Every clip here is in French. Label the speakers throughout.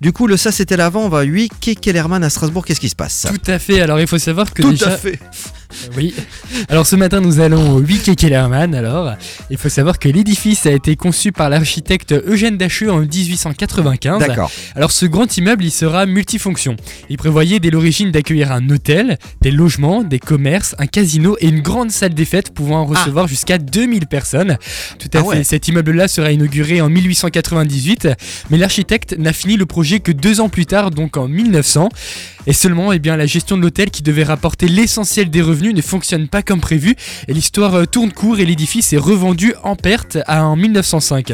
Speaker 1: Du coup, le ça c'était l'avant, on va à 8, Quai Kellerman à Strasbourg, qu'est-ce qui se passe
Speaker 2: Tout à fait. Alors, il faut savoir que
Speaker 1: Tout
Speaker 2: déjà.
Speaker 1: à fait
Speaker 2: Euh, Oui. Alors, ce matin, nous allons au 8 quai Kellerman. Alors, il faut savoir que l'édifice a été conçu par l'architecte Eugène Dacheux en 1895.
Speaker 1: D'accord.
Speaker 2: Alors, ce grand immeuble, il sera multifonction. Il prévoyait dès l'origine d'accueillir un hôtel, des logements, des commerces, un casino et une grande salle des fêtes pouvant en recevoir jusqu'à 2000 personnes. Tout à
Speaker 1: Ah
Speaker 2: fait.
Speaker 1: ouais.
Speaker 2: Cet immeuble-là sera inauguré en 1898, mais l'architecte n'a fini le projet que deux ans plus tard, donc en 1900. Et seulement, eh bien, la gestion de l'hôtel qui devait rapporter l'essentiel des revenus ne fonctionne pas comme prévu. Et l'histoire euh, tourne court et l'édifice est revendu en perte à, en 1905.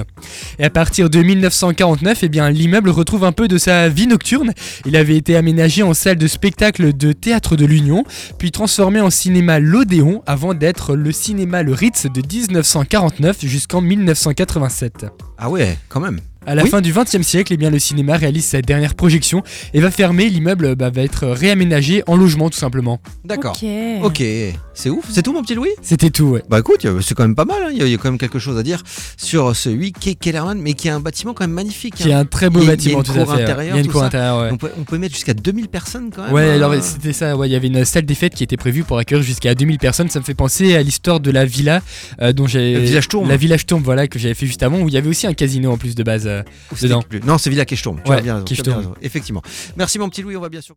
Speaker 2: Et à partir de 1949, eh bien, l'immeuble retrouve un peu de sa vie nocturne. Il avait été aménagé en salle de spectacle de Théâtre de l'Union, puis transformé en cinéma L'Odéon avant d'être le cinéma Le Ritz de 1949 jusqu'en 1987.
Speaker 1: Ah ouais, quand même.
Speaker 2: À la
Speaker 1: Oui.
Speaker 2: fin du XXe siècle, eh bien, le cinéma réalise sa dernière projection et va fermer. L'immeuble bah, va être réaménagé en logement tout simplement.
Speaker 1: D'accord.
Speaker 3: Ok.
Speaker 1: Ok, c'est ouf, c'est tout mon petit Louis
Speaker 2: C'était tout, ouais.
Speaker 1: Bah écoute, euh, c'est quand même pas mal, hein. il y a- il y a quand même quelque chose à dire sur ce 8 Quai Kellerman, mais qui est un bâtiment quand même magnifique. hein.
Speaker 2: Qui est un très beau
Speaker 1: Il y a- il y a
Speaker 2: bâtiment
Speaker 1: une
Speaker 2: tout
Speaker 1: cour
Speaker 2: à fait.
Speaker 1: intérieure,
Speaker 2: il y a une
Speaker 1: tout
Speaker 2: cour
Speaker 1: ça.
Speaker 2: intérieure, ouais.
Speaker 1: On, peut, on peut mettre jusqu'à 2000 personnes quand même.
Speaker 2: Ouais,
Speaker 1: hein.
Speaker 2: alors c'était ça, ouais, il y avait une salle des fêtes qui était prévue pour accueillir jusqu'à 2000 personnes. Ça me fait penser à l'histoire de la villa euh, dont j'ai.
Speaker 1: Le village tourne.
Speaker 2: La village tourne, voilà, que j'avais fait juste avant, où il y avait aussi un casino en plus de base. euh,
Speaker 1: Ou c'était
Speaker 2: dedans.
Speaker 1: plus- Non, c'est Villa Kestom. Tu
Speaker 2: Ouais,
Speaker 1: as bien raison, tu as bien
Speaker 2: Kestom.
Speaker 1: raison. Effectivement. Merci mon petit Louis, on va bien sûr.